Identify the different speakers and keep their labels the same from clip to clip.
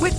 Speaker 1: With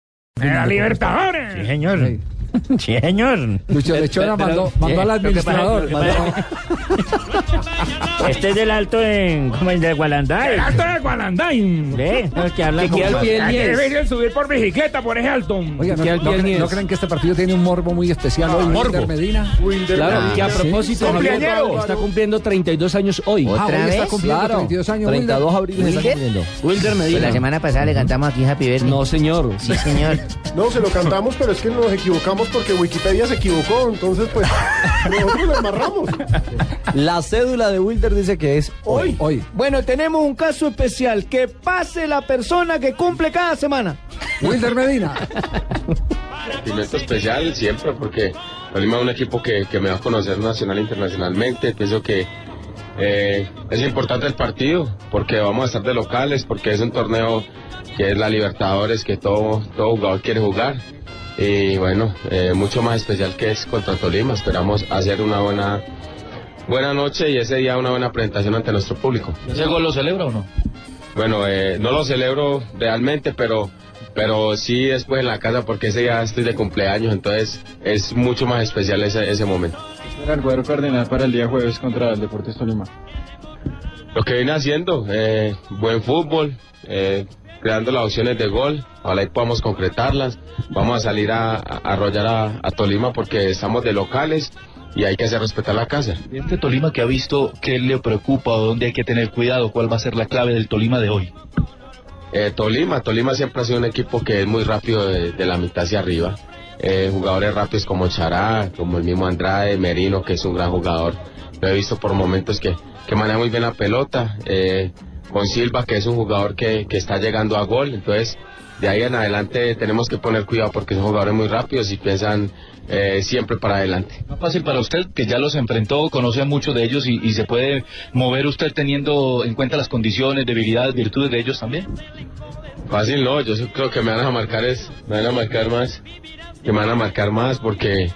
Speaker 2: ¡Era Libertadores! Sí, señor. Sí, señor.
Speaker 3: Lucho Lechona mandó, mandó al administrador. mandó-
Speaker 2: Este es del alto en. ¿Cómo es? De Gualanday.
Speaker 4: El alto de Gualanday.
Speaker 2: ¿Ve? Los que hablan
Speaker 3: Que queda
Speaker 2: como-
Speaker 3: al pie del
Speaker 4: Hay que
Speaker 3: 10.
Speaker 4: deberían subir por bicicleta por ese alto.
Speaker 3: Oiga, no, no creen, no creen que este partido tiene un morbo muy especial hoy? Wilder Medina.
Speaker 5: Claro,
Speaker 3: Ah,
Speaker 5: que a
Speaker 3: sí.
Speaker 5: propósito, Javier,
Speaker 4: ¡Cumpleañero!
Speaker 5: está cumpliendo 32 años hoy.
Speaker 3: Ah, hoy está cumpliendo
Speaker 5: Claro,
Speaker 3: 32 años.
Speaker 5: 32
Speaker 3: Wilder.
Speaker 5: abriles está cumpliendo. Wilder
Speaker 6: Pues la
Speaker 5: Medina.
Speaker 6: semana pasada le cantamos aquí Happy Birthday.
Speaker 5: No, señor.
Speaker 6: Sí, señor.
Speaker 7: No, se lo cantamos, pero es que nos equivocamos porque Wikipedia se equivocó, entonces pues nosotros lo amarramos.
Speaker 5: La cédula de Wilder dice que es hoy.
Speaker 3: Hoy.
Speaker 5: Bueno, tenemos un caso especial. Que pase la persona que cumple cada semana.
Speaker 3: Wilder Medina.
Speaker 8: Momento especial siempre porque Tolima es un equipo que, que me va a conocer nacional e internacionalmente. Pienso que eh, es importante el partido porque vamos a estar de locales, porque es un torneo que es la Libertadores, que todo, todo jugador quiere jugar. Y bueno, eh, mucho más especial que es contra Tolima. Esperamos hacer una buena, buena noche y ese día una buena presentación ante nuestro público.
Speaker 6: ¿Ese gol lo celebra o no?
Speaker 8: Bueno, eh, no lo celebro realmente, pero, pero sí después en la casa porque ese día estoy de cumpleaños, entonces es mucho más especial ese, ese momento.
Speaker 7: El cuadro cardenal para el día jueves contra el Deportes Tolima.
Speaker 8: Lo que viene haciendo, eh, buen fútbol, eh, creando las opciones de gol, ojalá y podamos concretarlas, vamos a salir a, a arrollar a, a Tolima porque estamos de locales y hay que hacer respetar la casa.
Speaker 6: Este Tolima que ha visto qué le preocupa o dónde hay que tener cuidado, cuál va a ser la clave del Tolima de hoy.
Speaker 8: Eh, Tolima, Tolima siempre ha sido un equipo que es muy rápido de, de la mitad hacia arriba. Eh, jugadores rápidos como Chará, como el mismo Andrade, Merino, que es un gran jugador. Lo he visto por momentos que, que maneja muy bien la pelota. eh, con Silva, que es un jugador que, que está llegando a gol. Entonces, de ahí en adelante tenemos que poner cuidado porque son jugadores muy rápidos y piensan eh, siempre para adelante.
Speaker 6: No fácil para usted, que ya los enfrentó, conoce a muchos de ellos y, y se puede mover usted teniendo en cuenta las condiciones, debilidades, virtudes de ellos también.
Speaker 8: Fácil no, yo sí creo que me van a marcar es, me van a marcar más, que me van a marcar más porque,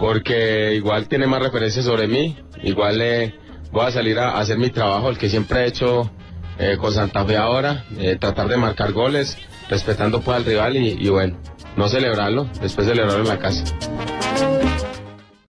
Speaker 8: porque igual tiene más referencias sobre mí, igual eh, voy a salir a, a hacer mi trabajo, el que siempre he hecho eh, con Santa Fe ahora, eh, tratar de marcar goles, respetando pues al rival y, y bueno, no celebrarlo, después celebrarlo en la casa.